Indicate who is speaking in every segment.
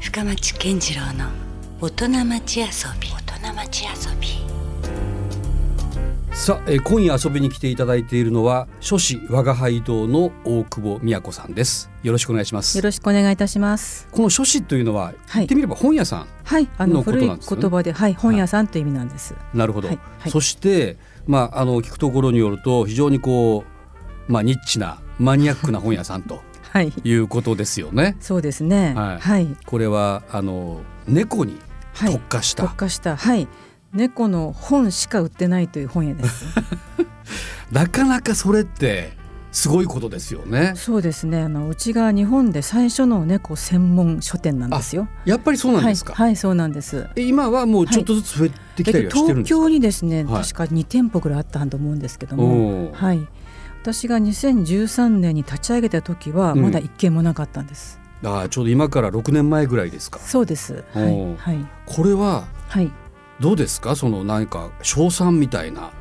Speaker 1: 深町健次郎の大人町遊び大人町遊び
Speaker 2: さあ、えー今夜遊びに来ていただいているのは書士我が輩堂の大久保美也子さんですよろしくお願いしま
Speaker 3: よ
Speaker 2: す
Speaker 3: ろしくお願いいたします。
Speaker 2: この書士というのは、言ってみれば本屋さ
Speaker 3: はい、あの
Speaker 2: のこと
Speaker 3: 古い
Speaker 2: なんですよね
Speaker 3: 言葉で、はい、本屋さんという意味なんです。
Speaker 2: んなるほど、
Speaker 3: はいはい
Speaker 2: そしてまああの聞くところによると非常にこうまあニッチなマニアックな本屋さ んと
Speaker 3: はい、
Speaker 2: いうことですよね
Speaker 3: そうですね。
Speaker 2: はい
Speaker 3: はい、
Speaker 2: これはあの猫に
Speaker 3: はい
Speaker 2: 特化した、
Speaker 3: 特化した、はい、猫の本しか売ってないという本屋です。
Speaker 2: なかなかそれってすごいことですよね
Speaker 3: そうですね。あのうちが日本で最初の猫専門書店なんですよ。
Speaker 2: やっぱりそうなんですか、
Speaker 3: はい、はい、そうなんです。
Speaker 2: え今はもうちょっとずつ増えてきたりはしてるんです
Speaker 3: 東
Speaker 2: か、
Speaker 3: 京にですね、
Speaker 2: はい
Speaker 3: 確か2店舗ぐらいあったと思うんですけども、
Speaker 2: おー
Speaker 3: はい。私が2013年に立ち上げた時はまだ一件もなかったんです。
Speaker 2: ああちょうど今から6年前ぐらいですか
Speaker 3: そうです。は
Speaker 2: おー
Speaker 3: い、はい、
Speaker 2: これは
Speaker 3: はい。
Speaker 2: どうですかその何か賞賛みたいな、
Speaker 3: は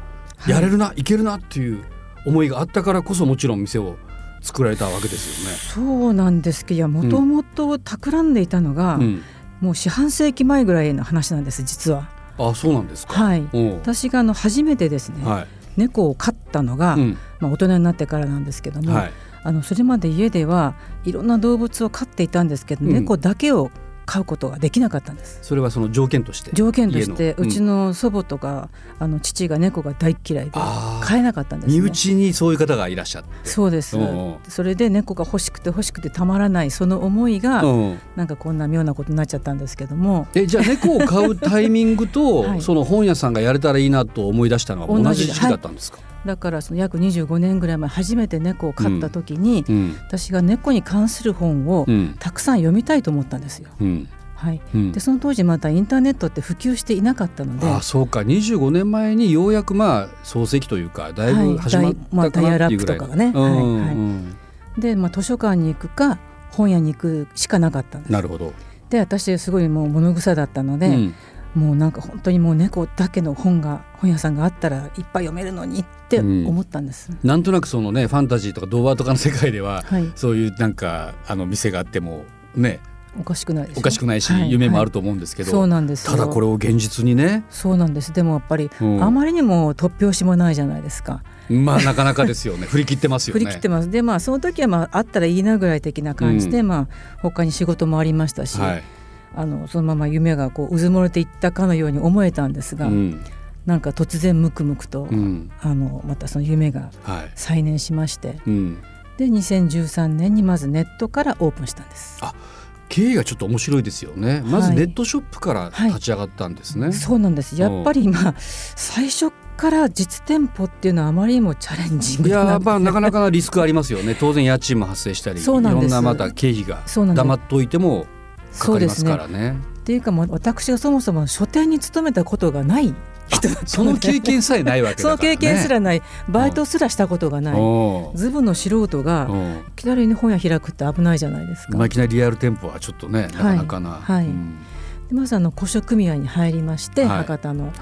Speaker 3: い
Speaker 2: やれるないけるなっていう思いがあったからこそもちろん店を作られたわけですよね。
Speaker 3: そうなんですけどもともと企んでいたのが、
Speaker 2: うん、
Speaker 3: もう四半世紀前ぐらいの話なんです実は。
Speaker 2: あそうなんですか、
Speaker 3: はい、
Speaker 2: おう
Speaker 3: 私があの初めてですね、
Speaker 2: はい
Speaker 3: 猫を飼ったのが、
Speaker 2: うん
Speaker 3: まあ、大人になってからなんですけども、
Speaker 2: はい
Speaker 3: あのそれまで家ではいろんな動物を飼っていたんですけど、
Speaker 2: うん
Speaker 3: 猫だけを飼うことができなかったんです。
Speaker 2: それはその条件として
Speaker 3: 条件とし
Speaker 2: 家
Speaker 3: て
Speaker 2: の
Speaker 3: うち
Speaker 2: ん
Speaker 3: の祖母とか、あの父が猫が大嫌いで
Speaker 2: あー
Speaker 3: 飼えなかったんです、ね、
Speaker 2: 身内にそういう方がいらっしゃって
Speaker 3: そうです
Speaker 2: おう
Speaker 3: それで猫が欲しくて欲しくてたまらないその思いが、
Speaker 2: うん
Speaker 3: なんかこんな妙なことになっちゃったんですけども
Speaker 2: えじゃあ猫を飼うタイミングと、
Speaker 3: はい
Speaker 2: その本屋さんがやれたらいいなと思い出したのは同
Speaker 3: 同
Speaker 2: じ
Speaker 3: じ
Speaker 2: 時期だったんですか、
Speaker 3: だからその約25年ぐらい前初めて猫を飼った時に、
Speaker 2: うん
Speaker 3: 私が猫に関する本を
Speaker 2: うん
Speaker 3: たくさん読みたいと思ったんですよ。
Speaker 2: うん
Speaker 3: はい、
Speaker 2: うん
Speaker 3: でその当時またインターネットって普及していなかったので。
Speaker 2: ああそうか25年前にようやくまあ創世記というかだいぶ始まったかなっていうぐらいの、
Speaker 3: はいだいまあダイヤルアップとかがねはい
Speaker 2: うん
Speaker 3: はい
Speaker 2: うん
Speaker 3: で、まあ、図書館に行くか本屋に行くしかなかったんです
Speaker 2: なるほど、
Speaker 3: で私すごいもう物臭だったので、
Speaker 2: うん
Speaker 3: もうなんか本当にもう猫だけの本が本屋さんがあったらいっぱい読めるのにって思ったんです、
Speaker 2: なんとなくそのねファンタジーとか童話とかの世界では、
Speaker 3: はい
Speaker 2: そういうなんかあの店があってもね
Speaker 3: おかしくないでしょ
Speaker 2: おかしくないし、
Speaker 3: は
Speaker 2: 夢もあ
Speaker 3: はい
Speaker 2: ると思うんですけど、
Speaker 3: そうなんですよ
Speaker 2: ただこれを現実にね
Speaker 3: そうなんですでもやっぱり、
Speaker 2: うん
Speaker 3: あまりにも突拍子もないじゃないですか
Speaker 2: まあなかなかですよね振り切ってますよ
Speaker 3: 振
Speaker 2: ね。
Speaker 3: り切ってますでまあその時はまああったらいいなぐらい的な感じで、
Speaker 2: う
Speaker 3: まあ他に仕事もありましたし、
Speaker 2: はい
Speaker 3: あのそのまま夢がこううずもれていったかのように思えたんです
Speaker 2: う
Speaker 3: が、
Speaker 2: ん
Speaker 3: なんか突然ムクムクと、
Speaker 2: うん
Speaker 3: あのまたその夢が
Speaker 2: はい
Speaker 3: 再燃しまして
Speaker 2: うん、
Speaker 3: で2013年にまずネットからオープンしたんです。
Speaker 2: あ経緯がちょっと面白いですよね、まず
Speaker 3: はい
Speaker 2: ネットショップから立ち上がったんですね。
Speaker 3: そうなんですやっぱり今最初から実店舗っていうのはあまりにもチャレンジング
Speaker 2: い
Speaker 3: な
Speaker 2: やまあなかなかなリスクありますよね 当然家賃も発生したりい
Speaker 3: そ
Speaker 2: ろ
Speaker 3: うんなんです
Speaker 2: なまた経費が
Speaker 3: そうなんです
Speaker 2: 黙っておいてもか
Speaker 3: そ
Speaker 2: かり
Speaker 3: うで
Speaker 2: ます
Speaker 3: す
Speaker 2: か
Speaker 3: ね。
Speaker 2: らね
Speaker 3: っていうかもう私がそもそも書店に勤めたことがない人だったので
Speaker 2: その経験さえないわけ
Speaker 3: そ
Speaker 2: だ
Speaker 3: の
Speaker 2: から、ね、
Speaker 3: 経験すらないバイトすらしたことがない、
Speaker 2: おう
Speaker 3: ズブの素人が
Speaker 2: おう
Speaker 3: いきなりね本屋開くって危ないじゃないですか。
Speaker 2: まあいきなりリアル店舗はちょっとねなかなかな、
Speaker 3: はい
Speaker 2: うん
Speaker 3: でまずあの古書組合に入りまして、
Speaker 2: はい
Speaker 3: 博多の。
Speaker 2: はい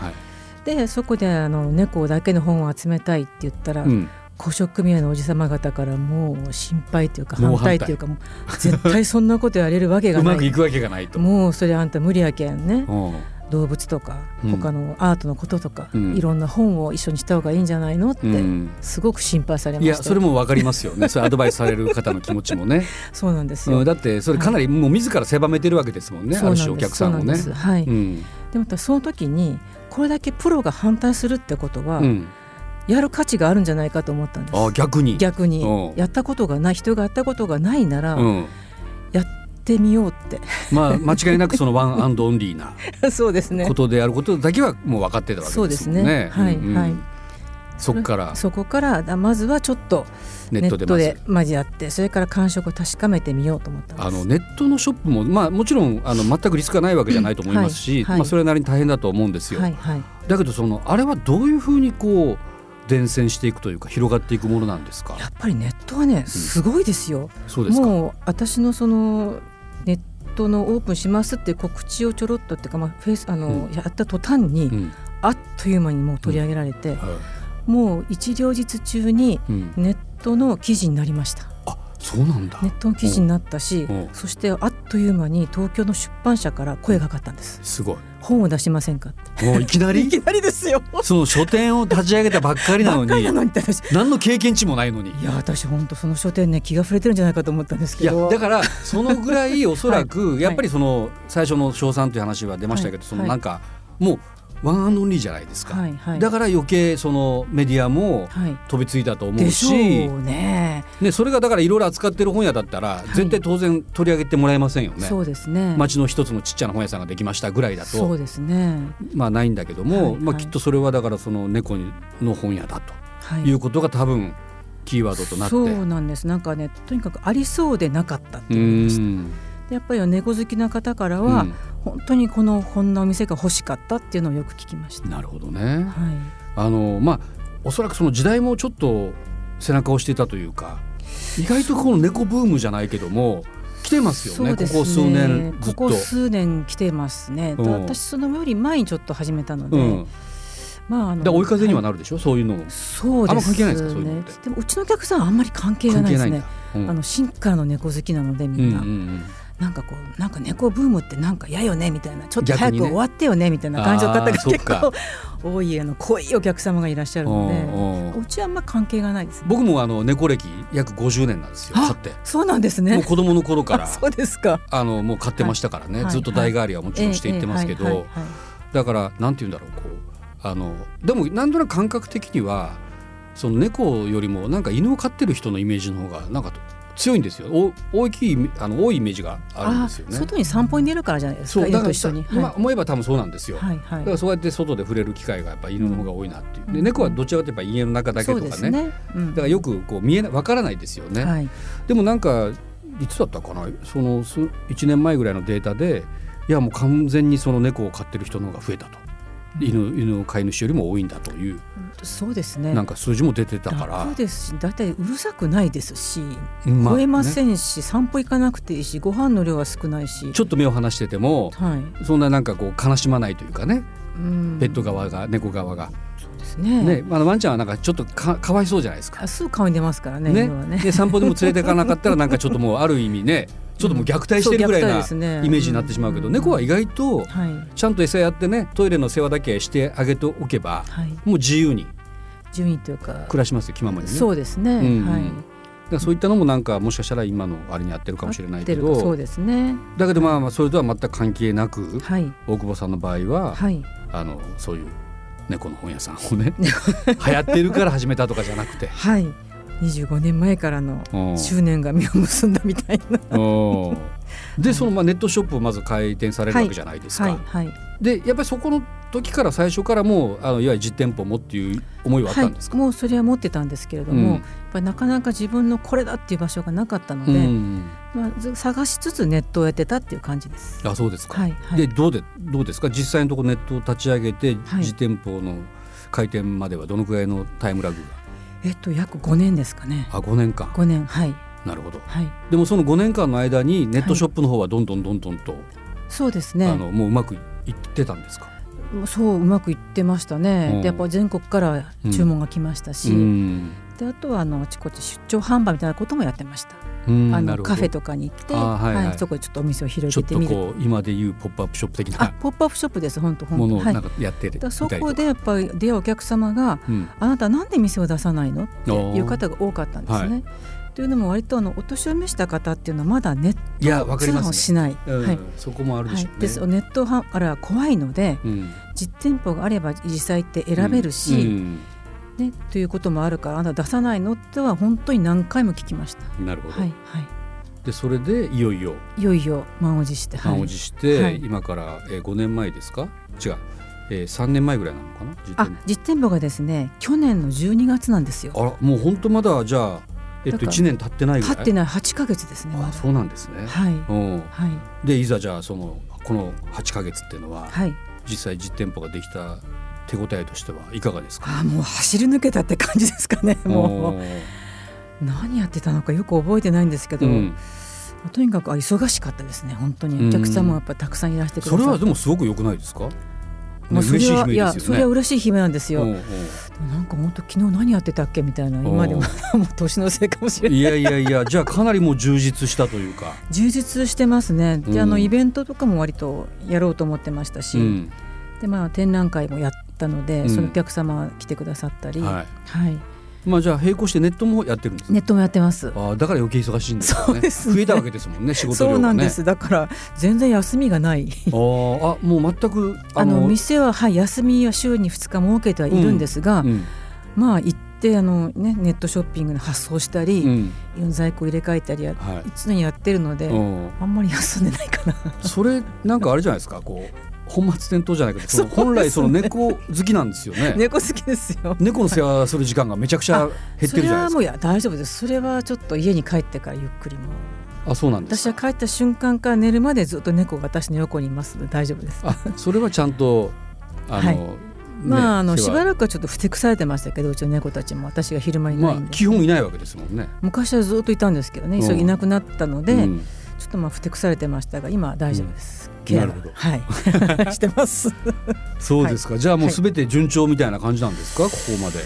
Speaker 3: でそこであの猫だけの本を集めたいって言ったら、
Speaker 2: うん
Speaker 3: 古書組合のおじ様方からもう心配というか
Speaker 2: もう
Speaker 3: 反
Speaker 2: 反対
Speaker 3: 対というかもう絶対そんなことやれるわけが
Speaker 2: う
Speaker 3: な
Speaker 2: まくい
Speaker 3: い。
Speaker 2: くわけがないと。
Speaker 3: もうそれあんた無理やけんね
Speaker 2: おう
Speaker 3: 動物とか
Speaker 2: うん
Speaker 3: 他のアートのこととか、
Speaker 2: うん
Speaker 3: いろんな本を一緒にした方がいいんじゃないのって、
Speaker 2: うん
Speaker 3: すごく心配されま
Speaker 2: い
Speaker 3: した
Speaker 2: やそれもわかりますよねそれアドバイスされる方の気持ちもね、
Speaker 3: そうなんですよ、
Speaker 2: うん、だってそれかなりもう自ら狭めてるわけですもんね
Speaker 3: そう
Speaker 2: ある
Speaker 3: なんです
Speaker 2: 種お客さんをね
Speaker 3: そうなんですはい、
Speaker 2: うん
Speaker 3: でまたその時にこれだけプロが反対するってことは、
Speaker 2: うん、
Speaker 3: やる価値があるんじゃないかと思ったんです
Speaker 2: あ逆に
Speaker 3: 逆に
Speaker 2: うん
Speaker 3: やったことがない人がやったことがないなら、
Speaker 2: うん、
Speaker 3: やってみようって
Speaker 2: まあ間違いなくそのワンアンドオンリーな
Speaker 3: そうですね
Speaker 2: ことであることだけはもう分かってたわけですもんね。
Speaker 3: そうですねはい
Speaker 2: うんうん
Speaker 3: はい
Speaker 2: そこから
Speaker 3: そこからだまずはちょっと
Speaker 2: ネ
Speaker 3: ネ
Speaker 2: ット
Speaker 3: ッ
Speaker 2: で
Speaker 3: ト
Speaker 2: まず
Speaker 3: でまずやってそれから感触を確かめてみようと思ったんです
Speaker 2: あのネットのショップも、まあ、もちろんあの全くリスクがないわけじゃないと思いますし、
Speaker 3: うんはいはい
Speaker 2: まあ、それなりに大変だと思うんですよ。
Speaker 3: はいはい
Speaker 2: だけどそのあれはどういうふうにこう伝染していくというか広がっていくものなんですか
Speaker 3: やっぱりネットはねすごいですよ、
Speaker 2: そうですか
Speaker 3: もう私のそのネットのオープンしますって告知をちょろっとっていうか、まあ、フェイスあの、
Speaker 2: う
Speaker 3: やった途端に、
Speaker 2: うん
Speaker 3: あっという間にもう取り上げられて、
Speaker 2: は
Speaker 3: もう一両日中に
Speaker 2: いうん
Speaker 3: ネットの記事になりました。
Speaker 2: あそうなんだ
Speaker 3: ネットの記事になったし、
Speaker 2: うん
Speaker 3: そしてあっという間に東京の出版社から声がかかったんです、
Speaker 2: すごい
Speaker 3: 本を出しませんかって
Speaker 2: もういきなり
Speaker 3: いきなりですよ
Speaker 2: その書店を立ち上げたばっかりな
Speaker 3: ば
Speaker 2: の
Speaker 3: っかり
Speaker 2: に
Speaker 3: なのにって私
Speaker 2: 何の経験値もないのに
Speaker 3: いや私本当その書店ね気が触れてるんじゃないかと思ったんです
Speaker 2: い
Speaker 3: け
Speaker 2: や
Speaker 3: ど
Speaker 2: だからそのぐら いおそらく、
Speaker 3: はい
Speaker 2: やっぱりその最初の賞賛という話は出ましたけど、
Speaker 3: はい
Speaker 2: そのなんか、もうワンアンドオンリーじゃないですか、
Speaker 3: はいはい
Speaker 2: だから余計そのメディアも
Speaker 3: はい
Speaker 2: 飛びついたと思う
Speaker 3: でしょ
Speaker 2: し、
Speaker 3: うね
Speaker 2: ね、それがだからいろいろ扱ってる本屋だったら、
Speaker 3: い
Speaker 2: 絶対当然取り上げてもらえませんよね
Speaker 3: そうですね
Speaker 2: 町の一つのちっちゃな本屋さんができましたぐらいだ
Speaker 3: そう
Speaker 2: と
Speaker 3: ですね
Speaker 2: まあないんだけども、
Speaker 3: はいはい
Speaker 2: まあ、きっとそれはだからその猫の本屋だ
Speaker 3: は
Speaker 2: ということが多分キーワードとなって。
Speaker 3: そうなんですなんかねとにかくありそうでなかったって
Speaker 2: う
Speaker 3: いうことでした
Speaker 2: ん
Speaker 3: でやっぱり猫好きな方からは、
Speaker 2: うん
Speaker 3: 本当にこのこんなお店が欲しかったっていうのをよく聞きました
Speaker 2: なるほどね。
Speaker 3: はい
Speaker 2: あのまあおそらくその時代もちょっと背中を押していたというか意外とこの猫ブームじゃないけども来てますよねここ数年ずっと。
Speaker 3: ここ数年来てますね、
Speaker 2: うん
Speaker 3: 私そのより前にちょっと始めたので、
Speaker 2: うん、
Speaker 3: まああ
Speaker 2: で
Speaker 3: の
Speaker 2: 追い風には
Speaker 3: は
Speaker 2: なるでしょ、そういうのも
Speaker 3: いそう
Speaker 2: あん
Speaker 3: で
Speaker 2: ます関係ないですかそういうの
Speaker 3: ね
Speaker 2: って
Speaker 3: でもうちのお客さんはあんまり関係が
Speaker 2: 関
Speaker 3: ない
Speaker 2: 係
Speaker 3: で
Speaker 2: な
Speaker 3: す
Speaker 2: いん
Speaker 3: ね
Speaker 2: だ。うん
Speaker 3: あの進化の猫好きなので
Speaker 2: う
Speaker 3: み
Speaker 2: ん
Speaker 3: ん
Speaker 2: う
Speaker 3: な、
Speaker 2: んうん
Speaker 3: なんかこうなんか猫ブームってなんか嫌よねみたいなちょっと
Speaker 2: 逆
Speaker 3: 早く
Speaker 2: にね
Speaker 3: 終わってよねみたいな感じの方が
Speaker 2: あーそっ
Speaker 3: 結
Speaker 2: か
Speaker 3: 構多いあの濃いお客様がいらっしゃるの
Speaker 2: うんう
Speaker 3: で
Speaker 2: ん
Speaker 3: うちはあんま関係がないですね
Speaker 2: 僕もあの猫歴約50年なんですよ
Speaker 3: あ
Speaker 2: 飼って、
Speaker 3: そうなんですね
Speaker 2: もう子供の頃か
Speaker 3: あ
Speaker 2: ら
Speaker 3: そうですか
Speaker 2: あのもう飼ってましたからね、
Speaker 3: はい
Speaker 2: ずっと代替わりはもちろんしていってますけど、
Speaker 3: ええええはいはいはい
Speaker 2: だからなんて言うんだろうこうあのでもなんとなく感覚的にはその猫よりもなんか犬を飼ってる人のイメージの方がなんか強いんですよお大きいイメあの多いイメージがあるんですよ
Speaker 3: あ
Speaker 2: ね。
Speaker 3: 外に散歩に出るからじゃないですか
Speaker 2: だ
Speaker 3: 犬
Speaker 2: か
Speaker 3: と
Speaker 2: ら
Speaker 3: 一緒に
Speaker 2: さ今思えば多分そうなんですよ。
Speaker 3: はいはい
Speaker 2: だか
Speaker 3: はい
Speaker 2: らそうやって外で触れる機会がやっぱ犬の方が多いなっていう、
Speaker 3: うん
Speaker 2: で猫はどちらかというとやっぱ家の中だけ
Speaker 3: そ
Speaker 2: と
Speaker 3: う
Speaker 2: か
Speaker 3: で
Speaker 2: ね
Speaker 3: すねうん
Speaker 2: だからよくこう見えなわからないですよね、
Speaker 3: はい
Speaker 2: でもなんかいつだったかなそのす1年前ぐらいのデータでいやもう完全にその猫を飼ってる人の方が増えたと、犬犬の飼い主よりも多いんだという
Speaker 3: そうですね
Speaker 2: なんか数字も出てたから
Speaker 3: 楽ですし大体うるさくないですし
Speaker 2: まあ
Speaker 3: 吠えませ
Speaker 2: ね
Speaker 3: んし、散歩行かなくていいしご飯の量は少ないし
Speaker 2: ちょっと目を離してても
Speaker 3: はい
Speaker 2: そんななんかこう悲しまないというかね
Speaker 3: うん
Speaker 2: ペット側が猫側が、
Speaker 3: ですね
Speaker 2: ねまあ、ワンちゃんはなんかちょっとかかわいそうじゃないですか
Speaker 3: あ。すぐ顔に出ますからね
Speaker 2: ね
Speaker 3: 犬はね
Speaker 2: で散歩でも連れていかなかったらなんかちょっともうある意味ねちょっともう虐待してるぐらいなイメージになってしまうけど猫は意
Speaker 3: い
Speaker 2: 外と
Speaker 3: はい
Speaker 2: ちゃんと餌やってねトイレの世話だけしてあげておけば
Speaker 3: はい
Speaker 2: もう自由に
Speaker 3: 順位というか
Speaker 2: 暮らしますよ気ままにね
Speaker 3: そうですね、
Speaker 2: うん
Speaker 3: はい
Speaker 2: だからそういったのもなんかもしかしたら今のあれに合ってるかもしれないけ
Speaker 3: 合ってるかそう
Speaker 2: ど
Speaker 3: ですね
Speaker 2: だけどまあまあそれとは全く関係なく
Speaker 3: はい
Speaker 2: 大久保さんの場合は、
Speaker 3: はい
Speaker 2: あのそういう猫の本屋さんをね 流行ってるから始めたとかじゃなくて。
Speaker 3: はい25年前からの
Speaker 2: うん
Speaker 3: 執念が実を結んだみたいな
Speaker 2: うんでそのまあネットショップをまず開店されるわけじゃないですか。
Speaker 3: はいはい
Speaker 2: でやっぱりそこの時から最初からもうあのいわゆる実店舗もっていう思いはあっ
Speaker 3: は
Speaker 2: たんです
Speaker 3: い
Speaker 2: か、
Speaker 3: もうそれは持ってたんですけれど
Speaker 2: う
Speaker 3: も、
Speaker 2: ん
Speaker 3: やっぱりなかなか自分のこれだっていう場所がなかったので、
Speaker 2: うん
Speaker 3: まあず、探しつつネットをやってたっていう感じです。
Speaker 2: あそうですか、
Speaker 3: はいはい
Speaker 2: でどうでどうですか実際のところネットを立ち上げて、
Speaker 3: はい
Speaker 2: 自店舗の開店まではどのくらいのタイムラグが
Speaker 3: えっと約5年ですかね。
Speaker 2: あ5年間
Speaker 3: 5年はい
Speaker 2: なるほど
Speaker 3: はい
Speaker 2: でもその5年間の間にネットショップの方はどんどんどんどんと、
Speaker 3: そうです
Speaker 2: あ
Speaker 3: ね。
Speaker 2: のもううまくいってたんですか、
Speaker 3: そううまくいってましたね。
Speaker 2: うん
Speaker 3: でやっぱ全国から注文が来ましたし、
Speaker 2: うん
Speaker 3: であとはあのあちこち出張販売みたいなこともやってました。
Speaker 2: うんな
Speaker 3: あ
Speaker 2: る
Speaker 3: の
Speaker 2: ほど
Speaker 3: カフェとかに行って、
Speaker 2: あーはいはい
Speaker 3: そこでちょっとお店を広
Speaker 2: ちょ
Speaker 3: げ
Speaker 2: ってと
Speaker 3: みる。
Speaker 2: こう今でいうポップアップショップ的
Speaker 3: あ
Speaker 2: な
Speaker 3: ポップアップショップです本当
Speaker 2: も
Speaker 3: 本
Speaker 2: の
Speaker 3: 当
Speaker 2: を
Speaker 3: はい。
Speaker 2: なん
Speaker 3: だか
Speaker 2: かやってみた
Speaker 3: ら
Speaker 2: りと
Speaker 3: そ
Speaker 2: か、
Speaker 3: こでやっぱり出会うお客様が
Speaker 2: うん
Speaker 3: あなたなんで店を出さないのっていう方が多かったんです
Speaker 2: は
Speaker 3: ね。というのも割とあのお年を召した方っていうのはまだネット
Speaker 2: いやわかり
Speaker 3: 通
Speaker 2: ます
Speaker 3: 販
Speaker 2: ね
Speaker 3: をしない。
Speaker 2: うん
Speaker 3: はい
Speaker 2: そこもあるで
Speaker 3: は
Speaker 2: しょ
Speaker 3: いう
Speaker 2: ね。
Speaker 3: ですネットはあれは怖いので
Speaker 2: うん
Speaker 3: 実店舗があれば実際って選べる
Speaker 2: う
Speaker 3: し、
Speaker 2: ん
Speaker 3: ね、ということもあるからあなた出さないのっては本当に何回も聞きました。
Speaker 2: なるほど。
Speaker 3: はいは
Speaker 2: でそれでいよいよ
Speaker 3: い、いよいよ満を持して、はい
Speaker 2: 満を持して、
Speaker 3: はい
Speaker 2: 今から、えー、5年前ですか違う、えー、3年前ぐらいなのかな実
Speaker 3: あ
Speaker 2: 店
Speaker 3: 実店舗がですね去年の12月なんですよ
Speaker 2: 舗あらもう本当まだじゃあ、えっ
Speaker 3: だ
Speaker 2: と、
Speaker 3: から
Speaker 2: 1年経ってないぐらい
Speaker 3: 経ってない8ヶ月ですねま
Speaker 2: あ
Speaker 3: だ
Speaker 2: そうなんですね。
Speaker 3: はい
Speaker 2: うん、
Speaker 3: はい
Speaker 2: でいざじゃあそのこの8か月っていうのは、
Speaker 3: はい
Speaker 2: 実際実店舗ができた手応えとしてはいかがですか
Speaker 3: あもう走り抜けたって感じですかねもう
Speaker 2: おー
Speaker 3: 何やってたのかよく覚えてないんですけど、
Speaker 2: うん、
Speaker 3: とにかくあ忙しかったですね本当
Speaker 2: うん
Speaker 3: にお客様もやっぱたくさんいらしてくださ
Speaker 2: そ
Speaker 3: って
Speaker 2: れはでもすごく良くないですか
Speaker 3: まあ、それは、
Speaker 2: 嬉しい悲鳴ですよね
Speaker 3: いやそれは嬉しい悲鳴なんですよ、
Speaker 2: うんうん
Speaker 3: なんか本当昨日何やってたっけみたいな今でも もう年のせいかもしれない
Speaker 2: いやいやいやじゃあかなりもう充実したというか、
Speaker 3: 充実してますねであ
Speaker 2: う
Speaker 3: の
Speaker 2: ん
Speaker 3: イベントとかも割とやろうと思ってましたし、
Speaker 2: うん
Speaker 3: でまあ展覧会もやったので、
Speaker 2: うん
Speaker 3: そのお客様が来てくださったり、
Speaker 2: は
Speaker 3: はい、
Speaker 2: い、まあじゃあ並行してネットもやってるんですね
Speaker 3: ネットもやってます。
Speaker 2: ああだから余計忙しいんですよね
Speaker 3: そうですね
Speaker 2: 増えたわけですもんね仕事量が
Speaker 3: そ
Speaker 2: ね
Speaker 3: うなんです。だから全然休みがない。
Speaker 2: あーあもう全く
Speaker 3: あの店ははい休みは週に2日設けてはいるんですが、
Speaker 2: うん
Speaker 3: まあ行ってあのねネットショッピングの発送した
Speaker 2: う
Speaker 3: り、
Speaker 2: ん
Speaker 3: 在庫入れ替えたりや
Speaker 2: はい
Speaker 3: 常にやってるので、
Speaker 2: うん
Speaker 3: あんまり休んでないかな。
Speaker 2: それなんかあれじゃないですかこう本末転倒じゃないけどその
Speaker 3: そう
Speaker 2: 本
Speaker 3: で
Speaker 2: 来
Speaker 3: す
Speaker 2: その
Speaker 3: ね
Speaker 2: 猫好きなんですよね
Speaker 3: 猫好きですよ。
Speaker 2: 猫の世話する時間がめちゃくちゃ減って
Speaker 3: そ
Speaker 2: るじ
Speaker 3: れ
Speaker 2: ゃない
Speaker 3: は
Speaker 2: です
Speaker 3: も
Speaker 2: か
Speaker 3: ういや大丈夫です。それはちょっと家に帰ってからゆっくりもう。
Speaker 2: あそうなんです
Speaker 3: 私
Speaker 2: か
Speaker 3: は帰った瞬間から寝るまでずっと猫が私の横にいますので大丈夫です。
Speaker 2: あそれはちゃんとあの、
Speaker 3: はい
Speaker 2: ね
Speaker 3: まああの
Speaker 2: 世話
Speaker 3: しばらくはちょっとふてくされてましたけどうちの猫たちも私が昼間いな
Speaker 2: ま
Speaker 3: い
Speaker 2: あ
Speaker 3: んで、
Speaker 2: 基本いないわけですもんね
Speaker 3: 昔はずっといたんですけどね、
Speaker 2: うん
Speaker 3: それいなくなったので、
Speaker 2: うん
Speaker 3: ちょっとまあふてくされてましたが今は大丈夫です、ケア
Speaker 2: なるほど
Speaker 3: はい して ますど
Speaker 2: そうですか、じゃあもう
Speaker 3: はい
Speaker 2: すべて順調みたいな感じなんですか、ここまで。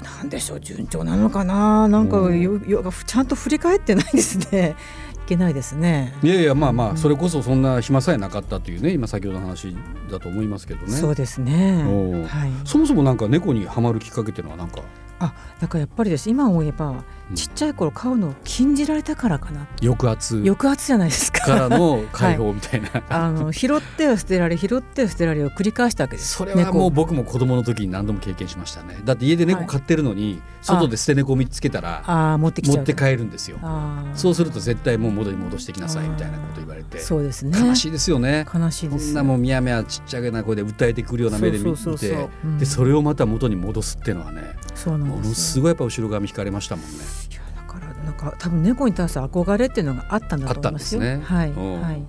Speaker 3: うなんでしょう順調なのかななんか
Speaker 2: うん
Speaker 3: よよちゃんと振り返ってないですねいけないですね
Speaker 2: いやいやまあま
Speaker 3: う
Speaker 2: あ
Speaker 3: ん
Speaker 2: それこそそんな暇さえなかったというね今先ほどの話だと思いますけどね
Speaker 3: そうですね
Speaker 2: おう
Speaker 3: はい
Speaker 2: そもそもなんか猫にはまるきっかけっていうのはなんか
Speaker 3: あだからやっぱりです今思えば
Speaker 2: うん
Speaker 3: ちっちゃい頃飼うのを禁じられたからかな、
Speaker 2: 抑圧
Speaker 3: 抑圧じゃないですか
Speaker 2: からの解放みたいな、
Speaker 3: あの拾っては捨てられ拾っては捨てられを繰り返したわけです
Speaker 2: それは
Speaker 3: 猫
Speaker 2: もう僕も子供の時に何度も経験しましたねだって家で
Speaker 3: は
Speaker 2: 猫
Speaker 3: い
Speaker 2: 飼ってるのに外で捨て猫を見つけたら
Speaker 3: ああ持ってきち
Speaker 2: 持
Speaker 3: ゃ
Speaker 2: っ
Speaker 3: う
Speaker 2: て帰るんですよ
Speaker 3: ああ
Speaker 2: そうすると絶対もう元に戻してきなさいみたいなこと言われて
Speaker 3: そうですね
Speaker 2: 悲しいですよね
Speaker 3: 悲しい
Speaker 2: こ
Speaker 3: です
Speaker 2: んなもんみやみやちっちゃな声で訴えてくるような目で見見て
Speaker 3: そうそうそうそううん
Speaker 2: でそれをまた元に戻すっていうのはね
Speaker 3: そうな
Speaker 2: も
Speaker 3: ん
Speaker 2: の
Speaker 3: です
Speaker 2: す
Speaker 3: よ
Speaker 2: ごいやっぱ後ろ髪引かれましたもんね。
Speaker 3: いやだからなんか多分猫に対する憧れっていうのがあったんだと思いますよ
Speaker 2: あったんですね
Speaker 3: はい、
Speaker 2: うん
Speaker 3: はい、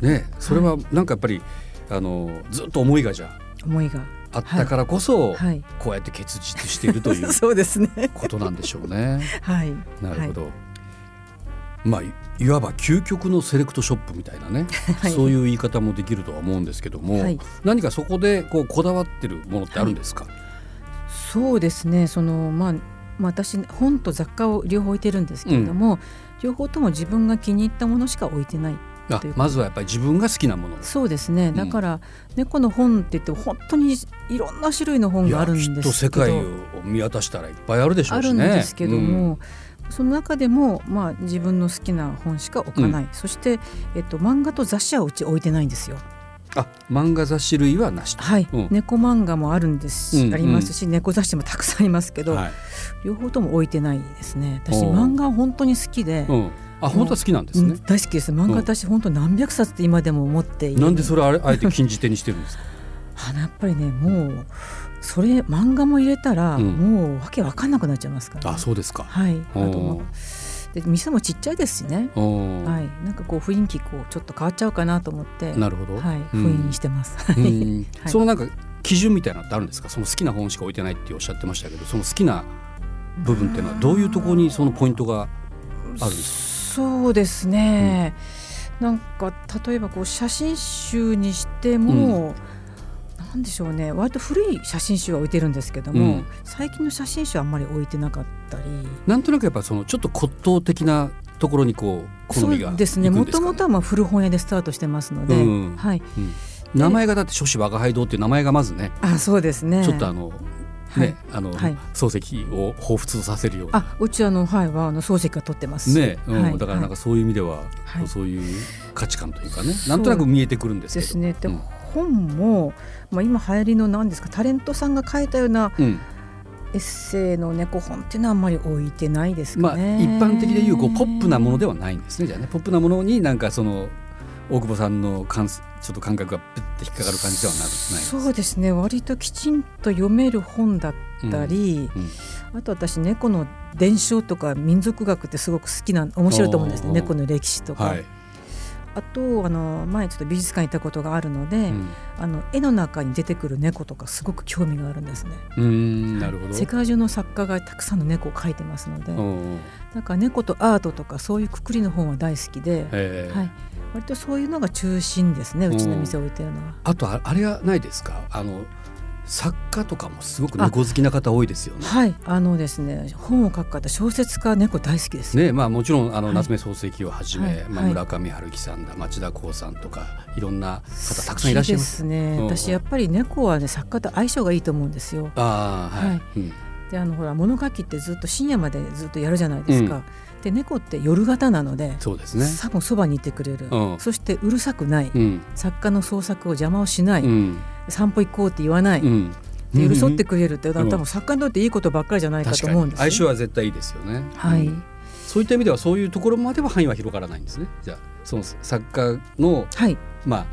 Speaker 2: ねそれはなんかやっぱりあのずっと思いがじゃ
Speaker 3: 思いが
Speaker 2: あったからこそ、
Speaker 3: はい
Speaker 2: こうやって結実しているという
Speaker 3: そうですね
Speaker 2: ことなんでしょうね。
Speaker 3: はい
Speaker 2: なるほど、まあいいわば究極のセレクトショップみたいなね、
Speaker 3: はい
Speaker 2: そういう言い方もできるとは思うんですけども、
Speaker 3: はい
Speaker 2: 何かそこでこうこだわってるものってあるんですか、
Speaker 3: そうですねそのまあまあ私本と雑貨を両方置いてるんですけれども、両方とも自分が気に入ったものしか置いてない
Speaker 2: あまずはやっぱり自分が好きなもの
Speaker 3: そうですね
Speaker 2: ん
Speaker 3: だから、猫の本って言っても本当にいろんな種類の本
Speaker 2: い
Speaker 3: があ
Speaker 2: や
Speaker 3: るんです
Speaker 2: き
Speaker 3: け
Speaker 2: っ
Speaker 3: ど
Speaker 2: と世界を見渡したらいっぱいあるでしょ
Speaker 3: あ
Speaker 2: うし
Speaker 3: るん
Speaker 2: ね。
Speaker 3: ですけど
Speaker 2: うん
Speaker 3: も、その中でも、まあ、自分の好きな本しか置かない、そして、えっと、漫画と雑誌はうち置いてないんですよ。
Speaker 2: あ漫画雑誌類はなしと
Speaker 3: はい、
Speaker 2: うん
Speaker 3: 猫漫画もあるんですし、
Speaker 2: うんうん
Speaker 3: ありますし猫雑誌もたくさんありますけど、
Speaker 2: はい
Speaker 3: 両方とも置いてないですね私
Speaker 2: おう
Speaker 3: 漫画は本当に好きで、
Speaker 2: うん、あ本当は好きなんです
Speaker 3: う
Speaker 2: ね
Speaker 3: ん、大好きです漫画
Speaker 2: うん
Speaker 3: 私本当何百冊って今でも持っている
Speaker 2: なんでそれあれあえて禁じ手にしてるんですか
Speaker 3: あのやっぱりねもうそれ漫画も入れたら、
Speaker 2: うん
Speaker 3: もうわけわかんなくなっちゃいますか ら、
Speaker 2: あそうですか
Speaker 3: はいあ
Speaker 2: おう
Speaker 3: と、まあ、で店もちっちゃいですしね
Speaker 2: お
Speaker 3: はい、なんかこう雰囲気こうちょっと変わっちゃうかなと思って、
Speaker 2: なるほど、
Speaker 3: はい、
Speaker 2: うん
Speaker 3: 封印してます。は
Speaker 2: う
Speaker 3: い
Speaker 2: ん
Speaker 3: はい
Speaker 2: そのなんか基準みたいなのってあるんですかその好きな本しか置いてないっておっしゃってましたけどその好きな部分っていうのはどういうところにそのポイントがあるんですか
Speaker 3: そうですね。なんか例えばこう写真集にしても、なんでしょうね。割と古い写真集は置いてるんですけども、
Speaker 2: うん
Speaker 3: 最近の写真集はあんまり置いてなかったり。
Speaker 2: なんとなくやっぱそのちょっと骨董的なところにこう好みが
Speaker 3: そ
Speaker 2: いうくん
Speaker 3: で
Speaker 2: です
Speaker 3: す
Speaker 2: か、
Speaker 3: ね。
Speaker 2: ね、
Speaker 3: もともとはまあ古本屋でスタートしてますので、
Speaker 2: うん
Speaker 3: はい。
Speaker 2: うん名前がだって諸子我輩堂っていう名前がまずね
Speaker 3: あ、そうですね。
Speaker 2: ちょっとあの、
Speaker 3: はい
Speaker 2: ね、あの、
Speaker 3: はい
Speaker 2: 漱石を彷彿とさせるような。
Speaker 3: あ、うちあのはいはあの漱石が撮ってます。
Speaker 2: ね、うん
Speaker 3: はい
Speaker 2: だからなんかそういう意味では、
Speaker 3: はい
Speaker 2: そういう価値観というかね、
Speaker 3: そ
Speaker 2: な
Speaker 3: う
Speaker 2: んとなく見えてくるんですけ
Speaker 3: で
Speaker 2: ど。
Speaker 3: すね。で、
Speaker 2: うん
Speaker 3: 本も、まあ、今流行りの何ですかタレントさんが書いたような
Speaker 2: うん
Speaker 3: エッセイの猫本っていうのはあんまり置いてないです
Speaker 2: ま
Speaker 3: か
Speaker 2: あ、
Speaker 3: ね。
Speaker 2: 一般的でいうこうポップなもので
Speaker 3: は
Speaker 2: はないんですね。じゃあね、ポップなものになんかその大久保さんの感すちょっと感覚がピッて引っかかる感じではなない。
Speaker 3: そうですね割ときちんと読める本だったり、
Speaker 2: うんうん
Speaker 3: あと私猫の伝承とか民族学ってすごく好きな面白いと思うんですね
Speaker 2: おー
Speaker 3: 猫の歴史とか、
Speaker 2: はい。
Speaker 3: あとあの前ちょっと美術館行ったことがあるので、
Speaker 2: うん
Speaker 3: あの絵の中に出てくる猫とかすごく興味があるんですね。
Speaker 2: うーんなるほど
Speaker 3: 世界中の作家がたくさんの猫を描いてますので、
Speaker 2: うんうん
Speaker 3: だから猫とアートとかそういうくくりの本は大好きで、
Speaker 2: えー
Speaker 3: はい、割とそういうのが中心ですね。うちの店を置いてるのは。
Speaker 2: あとああれはないですかあの作家とかもすごく猫好きな方多いですよね。
Speaker 3: はい、あのですね、本を書く方、小説家猫大好きです。
Speaker 2: ねまあ、もちろんあの
Speaker 3: はい
Speaker 2: 夏目漱石をはじめ、
Speaker 3: はい
Speaker 2: まあ、
Speaker 3: はい
Speaker 2: 村上春樹さんだ町田光さんとかいろんな方た
Speaker 3: 好
Speaker 2: くさんい
Speaker 3: き
Speaker 2: らっしゃい
Speaker 3: で
Speaker 2: ます。
Speaker 3: すね。
Speaker 2: うん
Speaker 3: 私やっぱり猫はね、作家と相性がいいと思うんですよ。
Speaker 2: ああはい、
Speaker 3: はい
Speaker 2: うん
Speaker 3: で、あのほら物書きってずっと深夜までずっとやるじゃないですか。で、猫って夜型なので、
Speaker 2: そうですね。
Speaker 3: 多分そばにいてくれる。
Speaker 2: うん
Speaker 3: そしてうるさくない。
Speaker 2: うん
Speaker 3: 作家の創作を邪魔をしない、
Speaker 2: うん
Speaker 3: 散歩行こうって言わない、
Speaker 2: うん、
Speaker 3: で寄り添ってくれるって、
Speaker 2: んうん
Speaker 3: 多分作家にとっていいことばっかりじゃないか
Speaker 2: 確
Speaker 3: と
Speaker 2: か
Speaker 3: 思うん
Speaker 2: に
Speaker 3: ですよ
Speaker 2: 相性は絶対いいですよね。
Speaker 3: はい、
Speaker 2: うんそういった意味ではそういうところまでは範囲は広がらないんですね。じゃあその作家の
Speaker 3: はい
Speaker 2: まあ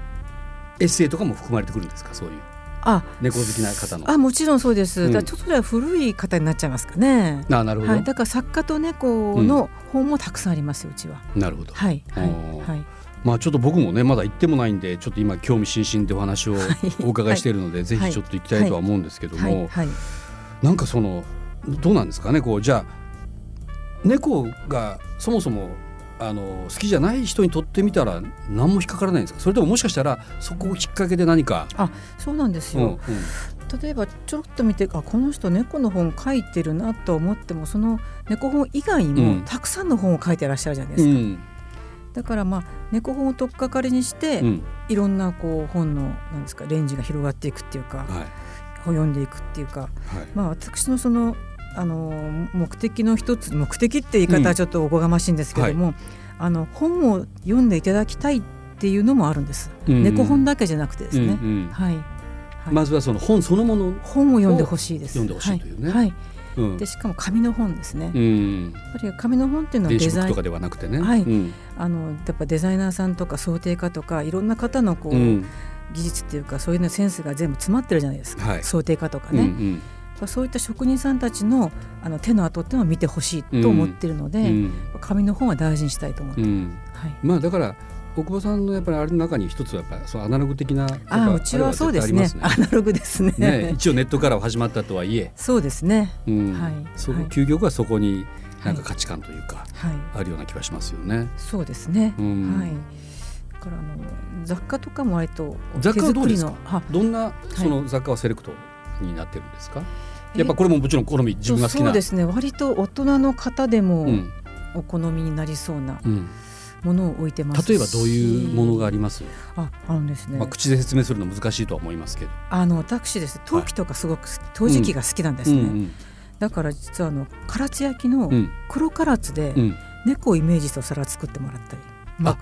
Speaker 2: エッセイとかも含まれてくるんですかそういう
Speaker 3: あ
Speaker 2: 猫好きな方の。
Speaker 3: あもちろんそうです、
Speaker 2: うん
Speaker 3: だからちょっとそれは古い方になっちゃいますかね、
Speaker 2: あなるほど、
Speaker 3: はい、だから作家と猫の本もたくさんありますようちは、
Speaker 2: なるほど。
Speaker 3: はいはい
Speaker 2: おー
Speaker 3: はい
Speaker 2: まあちょっと僕もねまだ行ってもないんでちょっと今興味津々でお話をお伺いしているので、ぜひちょっと行きたいとは思うんですけども、
Speaker 3: はいはい
Speaker 2: なんかそのどうなんですかねこうじゃあ猫がそもそもあの好きじゃない人にとってみたら何も引っかからないんですかそれとももしかしたらそこをきっかけで何か、
Speaker 3: そうなんです
Speaker 2: うんう
Speaker 3: よ
Speaker 2: ん、
Speaker 3: 例えばちょろっと見てあこの人猫の本書いてるなと思ってもその猫本以外に
Speaker 2: うん
Speaker 3: もたくさんの本を書いてらっしゃるじゃないです
Speaker 2: う
Speaker 3: か、
Speaker 2: ん
Speaker 3: だからまあ猫本を取っかかりにして、
Speaker 2: うん
Speaker 3: いろんなこう本のなんですかレンジが広がっていくっていうか
Speaker 2: はい
Speaker 3: 読んでいくっていうか、
Speaker 2: はい
Speaker 3: まあ、私のそのあの目的の一つ目的って言い方はちょっとおこがましいんですけども、あの本を読んでいただきたいっていうのもあるんです、
Speaker 2: うん
Speaker 3: 猫本だけじゃなくてですね、
Speaker 2: うんうん
Speaker 3: はい、はい
Speaker 2: まずはその本そのもの、
Speaker 3: 本を読んでほしいです
Speaker 2: 読んでほしいというね
Speaker 3: はいは
Speaker 2: うん
Speaker 3: い、でしかも紙の本ですね、
Speaker 2: う
Speaker 3: や
Speaker 2: ん、
Speaker 3: っぱり紙の本っていうのは
Speaker 2: 電
Speaker 3: デ
Speaker 2: 子ブッ
Speaker 3: ザ
Speaker 2: ク
Speaker 3: イ
Speaker 2: と
Speaker 3: ン
Speaker 2: かではなくてね、
Speaker 3: はい
Speaker 2: うん
Speaker 3: あのやっぱデザイナーさんとか想定家とかいろんな方のこう、
Speaker 2: うん
Speaker 3: 技術っていうかそういうのセンスが全部詰まってるじゃないですか、
Speaker 2: はい
Speaker 3: 想定家とか
Speaker 2: うんう
Speaker 3: ね、
Speaker 2: ん
Speaker 3: そういった職人さんたちのあの手の跡っていうのを見てほしいと思ってるので、
Speaker 2: うん
Speaker 3: 紙の本は大事にしたいと思って、
Speaker 2: うん
Speaker 3: はい、
Speaker 2: まあだから大久保さんのやっぱりあれの中に一つはやっぱりそのアナログ的な
Speaker 3: ああうちはそうですね
Speaker 2: あ
Speaker 3: アナログですね
Speaker 2: れは絶対ありますね ね一応ネットからは始まったとはいえ、
Speaker 3: そうですね
Speaker 2: うん
Speaker 3: はい
Speaker 2: そこ
Speaker 3: はい
Speaker 2: 究極はそこになんか価値観というか、
Speaker 3: はい
Speaker 2: あるような気がしますよね。
Speaker 3: そうですね、
Speaker 2: うん
Speaker 3: はいだからあの雑貨とかも割と
Speaker 2: 雑貨はどうですか
Speaker 3: 手作りのあ
Speaker 2: どんなその雑貨はセレクトになってるんですか。やっぱこれももちろん好み自分が好き
Speaker 3: そ
Speaker 2: な。
Speaker 3: うですね割と大人の方で
Speaker 2: う
Speaker 3: も
Speaker 2: ん
Speaker 3: お好みになりそうな
Speaker 2: うん、
Speaker 3: ものを置いてますし
Speaker 2: 例えばどういうものがあります、
Speaker 3: ああのですね、
Speaker 2: まあ、口で説明するの難しいとは思いますけど、
Speaker 3: あの私です陶器とかすごく好き陶磁器が好きなんです
Speaker 2: う
Speaker 3: ね、
Speaker 2: ん
Speaker 3: だから実はあの唐津焼きの
Speaker 2: うん
Speaker 3: 黒唐津で
Speaker 2: うん
Speaker 3: 猫をイメージしたお皿作ってもらったり、
Speaker 2: あ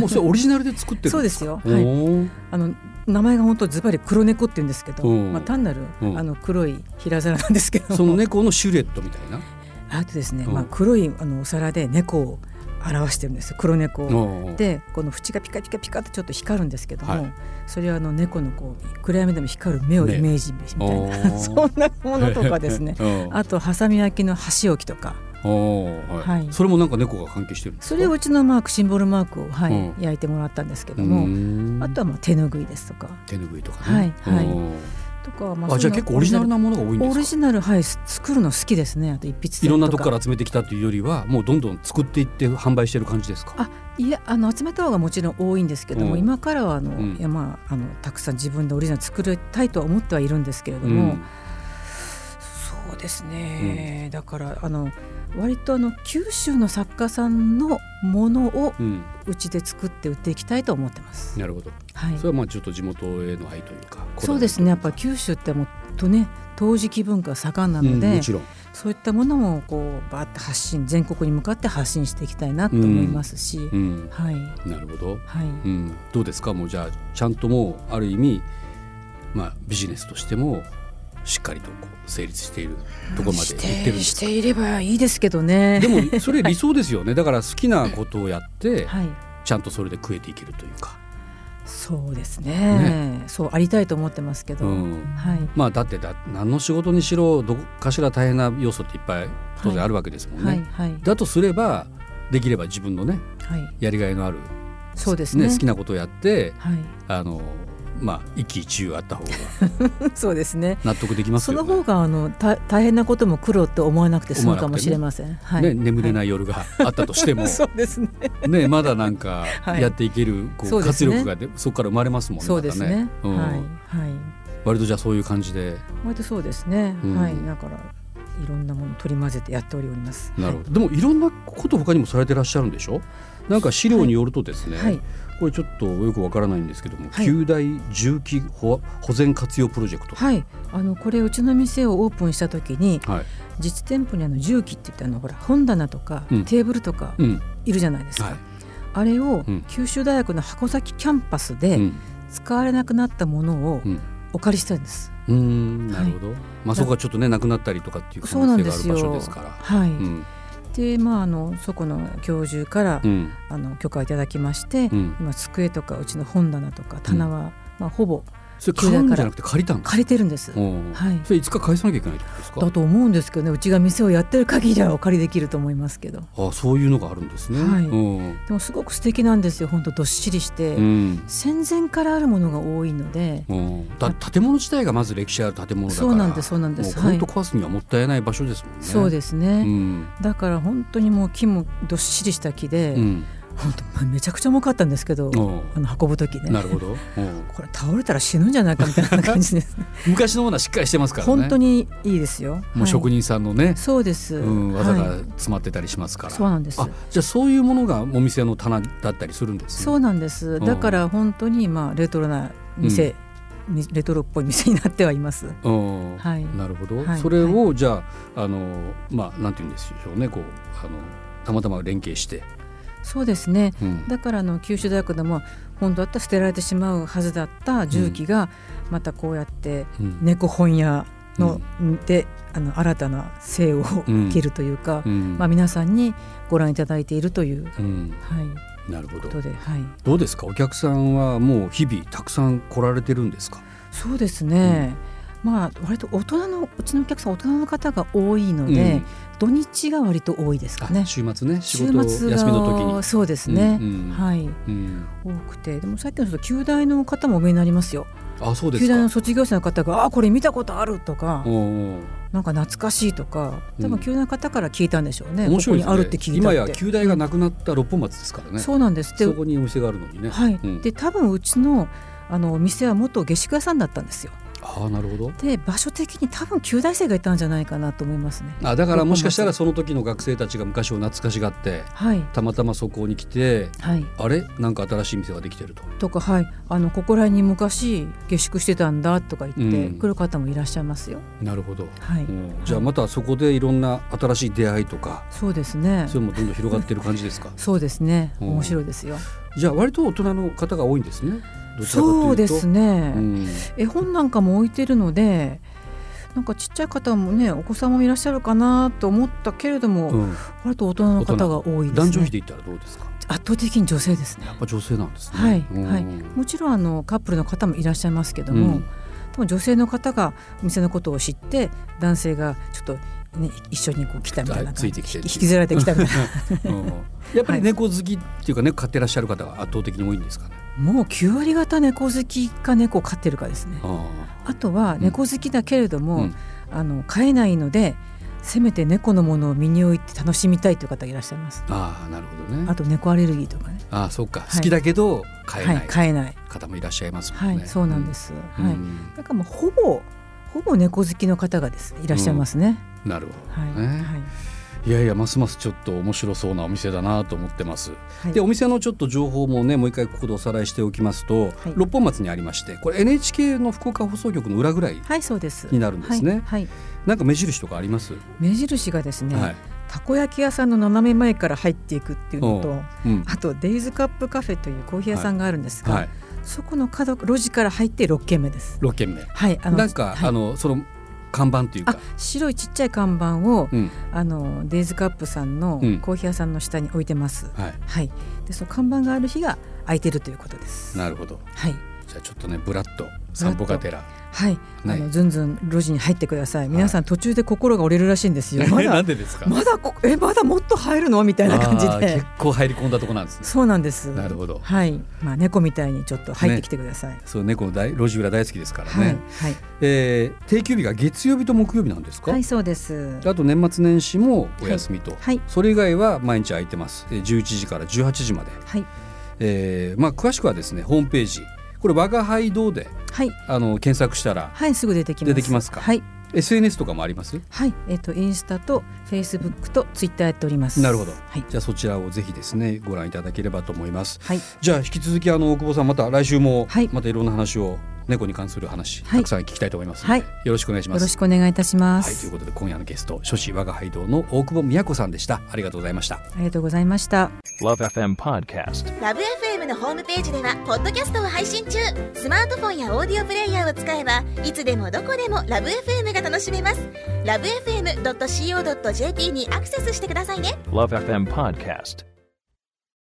Speaker 2: もうそれオリジナルで作ってる
Speaker 3: そうですすよ、
Speaker 2: お
Speaker 3: はい、
Speaker 2: ー
Speaker 3: あの名前が本当ズバリ黒猫って言うんですけど、
Speaker 2: うん
Speaker 3: まあ、単なる、
Speaker 2: うん
Speaker 3: あの黒い平皿なんですけど
Speaker 2: その猫のシュレットみたいな。
Speaker 3: あとですね、
Speaker 2: うん
Speaker 3: まあ、黒いあのお皿で猫を表してるんですよ黒猫を。
Speaker 2: おー
Speaker 3: でこの縁がピカピカピカってちょっと光るんですけども、
Speaker 2: はい
Speaker 3: それはあの猫のこう暗闇でも光る目をイメージみたい
Speaker 2: お
Speaker 3: な、
Speaker 2: ー
Speaker 3: そんなものとかで すね
Speaker 2: うん
Speaker 3: あとハサミ焼きの箸置きとか
Speaker 2: おーはい
Speaker 3: はい
Speaker 2: それもなんか猫が関係してるんですか
Speaker 3: それをうちのマークシンボルマークを、はい
Speaker 2: うん
Speaker 3: 焼いてもらったんですけ
Speaker 2: う
Speaker 3: ども
Speaker 2: ん
Speaker 3: あとはまあ手ぬぐいですとか
Speaker 2: 手ぬぐいとかね。
Speaker 3: はいはい
Speaker 2: お
Speaker 3: とかはま
Speaker 2: ーあじゃあ結構オリジナルなものが多いんです
Speaker 3: オリ
Speaker 2: か。
Speaker 3: ジナルはいす作るの好きですねあと一筆
Speaker 2: いろんなとこ
Speaker 3: こ
Speaker 2: から集めてきたというよりはもうどんどん作っていって販売してる感じですか。
Speaker 3: あいやあの集めた方がもちろん多いんですけども、
Speaker 2: うん
Speaker 3: 今からはあの、
Speaker 2: うん
Speaker 3: いやまああのたくさん自分でオリジナル作りたいとは思ってはいるんですけれど
Speaker 2: う
Speaker 3: も、
Speaker 2: ん
Speaker 3: そうですね、だからあの割とあの九州の作家さんのものを
Speaker 2: うん
Speaker 3: うちで作って売っていきたいと思ってます。
Speaker 2: なるほど。
Speaker 3: はい
Speaker 2: それはまあちょっと地元への愛というか。
Speaker 3: そうですねやっぱり九州ってもっとね陶磁器文化が盛んな
Speaker 2: こだわりというかうん
Speaker 3: ので、
Speaker 2: もちろん。
Speaker 3: そういったものもこうバーッと発信全国に向かって発信していきたいなと思いますし、
Speaker 2: うん
Speaker 3: はい
Speaker 2: なるほど。
Speaker 3: は
Speaker 2: う
Speaker 3: い、
Speaker 2: んどうですかもうじゃあちゃんともうある意味まあビジネスとしてもしっかりとこう成立しているところまでいってるんで
Speaker 3: し
Speaker 2: すか
Speaker 3: ていればいいですけどね
Speaker 2: でもそれ理想ですよねだから好きなことをやって
Speaker 3: はい
Speaker 2: ちゃんとそれで食えていけるというか、
Speaker 3: そうですねそうありたいと思ってますけど、
Speaker 2: うん、
Speaker 3: はい
Speaker 2: まあだってだ何の仕事にしろどこかしら大変な要素っていっぱい当然あるわけですもんね、
Speaker 3: はいはい
Speaker 2: だとすればできれば自分のね
Speaker 3: はい
Speaker 2: やりがいのある
Speaker 3: そうですね
Speaker 2: 好きなことをやって
Speaker 3: はい
Speaker 2: あのまあ一喜一憂あった方が
Speaker 3: そうですね
Speaker 2: 納得できます
Speaker 3: そ
Speaker 2: よね。
Speaker 3: の方があのた大変なことも苦労って思わなくて済むかもしれません、はい、
Speaker 2: ね、眠れ
Speaker 3: い、
Speaker 2: ない夜があったとしても、
Speaker 3: そうですね
Speaker 2: ね、まだなんか
Speaker 3: はい
Speaker 2: やっていけるこ
Speaker 3: そううで
Speaker 2: 活
Speaker 3: すね
Speaker 2: 力がでそこから生まれますもんね。
Speaker 3: そうですね
Speaker 2: またうん
Speaker 3: はいはい
Speaker 2: 割とじゃあそういう感じで
Speaker 3: 割とそうですね、
Speaker 2: うん
Speaker 3: はいだからいろんなものを取り混ぜてやっております
Speaker 2: なるほど、でもいろんなこと他にもされてらっしゃるんでしょなんか資料によるとですね、
Speaker 3: はい
Speaker 2: これちょっとよくわからないんですけども、
Speaker 3: はい
Speaker 2: 旧大重機保保全活用プロジェクト、
Speaker 3: はい、はい、あのこれうちの店をオープンした時に
Speaker 2: はい
Speaker 3: 実店舗にあの重機って言ってあのほら本棚とか
Speaker 2: うん
Speaker 3: テーブルとか
Speaker 2: うん
Speaker 3: いるじゃないですか、
Speaker 2: はい
Speaker 3: あれを
Speaker 2: うん
Speaker 3: 九州大学の箱崎キャンパス
Speaker 2: う
Speaker 3: で
Speaker 2: ん
Speaker 3: 使われなくなったものを
Speaker 2: うん
Speaker 3: お借りしたんです、
Speaker 2: うーんなるほど、まあ、そこがちょっとねなくなったりとかっていう可
Speaker 3: そうな
Speaker 2: 能性
Speaker 3: んで
Speaker 2: があ
Speaker 3: す
Speaker 2: る
Speaker 3: よ
Speaker 2: 場所ですから。
Speaker 3: はい、
Speaker 2: うん
Speaker 3: でまああのそこの教授から、
Speaker 2: うん
Speaker 3: あの許可をいただきまして、
Speaker 2: うん、
Speaker 3: 今机とかうちの本棚とか棚は、まあ、ほぼ
Speaker 2: それ買うんじゃなくて借りたんですか
Speaker 3: 借りてるんです、
Speaker 2: うん
Speaker 3: はい
Speaker 2: それいつか返さなきゃいけないってことです
Speaker 3: だ
Speaker 2: か
Speaker 3: と思うんですけどねうちが店をやってる限りはお借りできると思いますけど
Speaker 2: あそういうのがあるんですね、
Speaker 3: はい
Speaker 2: うん
Speaker 3: でもすごく素敵なんですよ本当どっしりして、
Speaker 2: うん
Speaker 3: 戦前からあるものが多いので
Speaker 2: うん、だ建物自体がまず歴史ある建物だから
Speaker 3: そうなんですそうなんです
Speaker 2: もう本当
Speaker 3: は
Speaker 2: 壊すにはもったいない場所ですもんね。
Speaker 3: そうですね、
Speaker 2: うん
Speaker 3: だから本当にもう木もどっしりした木で、
Speaker 2: うん
Speaker 3: 本当まあめちゃくちゃ重かったんですけ
Speaker 2: お
Speaker 3: ど、
Speaker 2: う
Speaker 3: あの運ぶ時ね
Speaker 2: なるほど、うん
Speaker 3: これ倒れたら死ぬんじゃないかみたいな感 じです、ね、
Speaker 2: 昔のものはしっかりしてますからね
Speaker 3: 本当にいいですよ
Speaker 2: もう職
Speaker 3: 人、
Speaker 2: 人さんのね
Speaker 3: はい、そうです、
Speaker 2: うん、技が
Speaker 3: はい
Speaker 2: 詰まってたりしますから、
Speaker 3: そうなんです
Speaker 2: あじゃあそういうものがお店の棚だったりするんですね
Speaker 3: そうなんです。だから本当にまあレトロな店、みレトロっぽい店になってはいます。
Speaker 2: うん
Speaker 3: はい
Speaker 2: なるほど、
Speaker 3: はい
Speaker 2: それをじゃああのまあなんて言うんでしょうねこうあのたまたま連携して、
Speaker 3: そうですね。
Speaker 2: うん
Speaker 3: だからあの九州大学でも本当だったら捨てられてしまうはずだった重機がまたこうやって
Speaker 2: うん
Speaker 3: 猫本屋の、であの新たな生を
Speaker 2: うん
Speaker 3: 受けるというか、
Speaker 2: うん
Speaker 3: まあ皆さんにご覧いただいているという
Speaker 2: うん
Speaker 3: はい
Speaker 2: なるほ
Speaker 3: こ
Speaker 2: ど
Speaker 3: とではい。
Speaker 2: どうですかお客さんはもう日々たくさん来られてるんですか、
Speaker 3: そうですね。まあ割と大人のうちのお客さん大人の方が多いので、
Speaker 2: うん
Speaker 3: 土日が割と多いですか
Speaker 2: あ
Speaker 3: ね。
Speaker 2: 週末ね仕
Speaker 3: 週
Speaker 2: 事
Speaker 3: 末
Speaker 2: 休みの
Speaker 3: がそうですね、
Speaker 2: うんうん
Speaker 3: はい
Speaker 2: 時に、うん、
Speaker 3: 多くてでもさっきのちょっと旧大の方も上になりますよ
Speaker 2: あそうです
Speaker 3: 旧
Speaker 2: か
Speaker 3: 大の卒業生の方が「あこれ見たことある」とか
Speaker 2: おうおう
Speaker 3: 「なんか懐かしい」とか多
Speaker 2: うん
Speaker 3: 分旧大の方から聞いたんでしょうね、
Speaker 2: 面
Speaker 3: ここ
Speaker 2: 白いで
Speaker 3: に
Speaker 2: すね
Speaker 3: あるって聞いたっ
Speaker 2: 今
Speaker 3: て
Speaker 2: や旧大がなくなった六本松ですからねそ
Speaker 3: そうなんですで,、
Speaker 2: こにお店があるのにね、
Speaker 3: はい
Speaker 2: うん
Speaker 3: で多分うちのあのお店は元下宿屋さんだったんですよ
Speaker 2: ああなるほど
Speaker 3: で場所的に多分旧大生がいたんじゃないかなと思いますね
Speaker 2: あだからもしかしたらその時の学生たちが昔を懐かしがって
Speaker 3: はい
Speaker 2: たまたまそこに来て
Speaker 3: はい
Speaker 2: あれなんか新しい店ができてると
Speaker 3: とかはいあのここらに昔下宿してたんだとか言って
Speaker 2: うん
Speaker 3: 来る方もいらっしゃいますよ、
Speaker 2: なるほど、
Speaker 3: は
Speaker 2: う
Speaker 3: い
Speaker 2: んじゃあまたそこでいろんな新しい出会いとか
Speaker 3: そうですね。
Speaker 2: そういうのもどんどん広がってる感じですか
Speaker 3: そうですね。
Speaker 2: うん
Speaker 3: 面白いですよ。
Speaker 2: じゃあ割と大人の方が多いんですねどちらかというと
Speaker 3: そうですね、
Speaker 2: うん
Speaker 3: 絵本なんかも置いてるので。なんかちっちゃい方もね、お子さんもいらっしゃるかなと思ったけれども、
Speaker 2: うん
Speaker 3: 割と大人の方が多いですね。
Speaker 2: 男女比で言ったらどうですか
Speaker 3: 圧倒的に女性ですね。
Speaker 2: やっぱ女性なんですね
Speaker 3: はい、
Speaker 2: うん
Speaker 3: はい、もちろんあのカップルの方もいらっしゃいますけども、
Speaker 2: うん
Speaker 3: 多分女性の方がお店のことを知って男性がちょっと、ね、一緒にこう来たみたいな感じ
Speaker 2: ついてきてる
Speaker 3: 引きずられてきたみたい
Speaker 2: うんやっぱり猫好きっていうか猫飼ってらっしゃる方が圧倒的に多いんですかね。
Speaker 3: な もう9割方猫好きか猫を飼ってるかですね
Speaker 2: あ
Speaker 3: あとは
Speaker 2: ん
Speaker 3: 猫好きだけれども、
Speaker 2: うん
Speaker 3: あの飼えないのでせめて猫のものを身に置いて楽しみたいという方がいらっしゃいます。
Speaker 2: あなるほどね。
Speaker 3: あと猫アレルギーとかね。
Speaker 2: ああそうか、
Speaker 3: い
Speaker 2: 好きだけど飼えな
Speaker 3: はいい、飼えない。
Speaker 2: 方もいらっしゃいますもん
Speaker 3: は
Speaker 2: ね。。
Speaker 3: い、そうなんですす。
Speaker 2: うん
Speaker 3: はい。だからもうほぼほぼ猫好きの方がですいらっしゃいますね。
Speaker 2: なるほど
Speaker 3: はい、
Speaker 2: ね、
Speaker 3: はい
Speaker 2: い。やいやますますちょっと面白そうなお店だなと思ってます。
Speaker 3: はい
Speaker 2: でお店のちょっと情報もねもう一回ここでおさらいしておきますと、
Speaker 3: い
Speaker 2: 六本松にありましてこれ NHK の福岡放送局の裏ぐらい
Speaker 3: はい、そうです。
Speaker 2: になるんですね
Speaker 3: はいはい
Speaker 2: なんか目印とかあります。
Speaker 3: 目印がですね、
Speaker 2: はい。
Speaker 3: たこ焼き屋さんの斜め前から入っていくっていうの
Speaker 2: お
Speaker 3: と。
Speaker 2: うん。
Speaker 3: あとデイズカップカフェというコーヒー屋さんがあるんですが、
Speaker 2: はい。
Speaker 3: そこの角路地から入って6軒目です。
Speaker 2: 六軒目。
Speaker 3: はい、あの
Speaker 2: なんか、
Speaker 3: はい
Speaker 2: あのその看板という
Speaker 3: あ
Speaker 2: か。
Speaker 3: 白いちっちゃい看板を、
Speaker 2: うん。
Speaker 3: あのデイズカップさんの
Speaker 2: うん
Speaker 3: コーヒー屋さんの下に置いてます、
Speaker 2: はい。
Speaker 3: はいでその看板がある日が空いてるということです
Speaker 2: なるほど。
Speaker 3: はい
Speaker 2: じじゃあちょっとねブラッと散歩がてら
Speaker 3: はい、あ
Speaker 2: は
Speaker 3: のずんずん路地に入ってください。皆さん途中で心が折れるらしいんですよ。ま
Speaker 2: な
Speaker 3: だ
Speaker 2: んでですか、
Speaker 3: まだこえまだもっと入るのみたいな感じ
Speaker 2: あー
Speaker 3: で
Speaker 2: 結、構入り込んだとこなんですね
Speaker 3: そうなんです。
Speaker 2: なるほど
Speaker 3: はい、まあ猫みたいにちょっと入ってきてください。
Speaker 2: そう猫の大路地裏大好きですからね、
Speaker 3: はい、はい、
Speaker 2: えー定休日が月曜日と木曜日なんですか、
Speaker 3: はい、そうです。
Speaker 2: あと年末年始もお休みと、
Speaker 3: はい
Speaker 2: それ以外は毎日空いてますえー11時から18時まで、
Speaker 3: はい、
Speaker 2: えーまあ、詳しくはですねホームページこれ「我が輩堂」で
Speaker 3: はい、
Speaker 2: あの検索したら
Speaker 3: はい、すぐ出てきます。
Speaker 2: 出てきますか
Speaker 3: はい、
Speaker 2: SNS とかもあります
Speaker 3: はい、えっ、とインスタとフェイスブックとツイッターやっております。
Speaker 2: なるほど
Speaker 3: はい、
Speaker 2: じゃあそちらをぜひですねご覧いただければと思います
Speaker 3: はい、
Speaker 2: じゃあ引き続きあの大久保さんまた来週も
Speaker 3: はい
Speaker 2: またいろんな話を猫に関する話、
Speaker 3: はい
Speaker 2: たくさん聞きたいと思いますので、
Speaker 3: は
Speaker 2: よろしくお願いしま
Speaker 3: よろし
Speaker 2: す
Speaker 3: くお願いいたし
Speaker 2: は
Speaker 3: ま
Speaker 2: いという
Speaker 3: す。
Speaker 2: ことで今夜のゲスト初子我が輩堂の大久保美也子さんでしたありがとうございました
Speaker 3: ありがとうございました。
Speaker 4: Love FM Podcast.
Speaker 5: ラブ f m のホームページではポッドキャストを配信中スマートフォンやオーディオプレイヤーを使えばいつでもどこでもラブ f m が楽しめますラブ FM.co.jp にアクセスしてくださいね
Speaker 4: Love FM Podcast.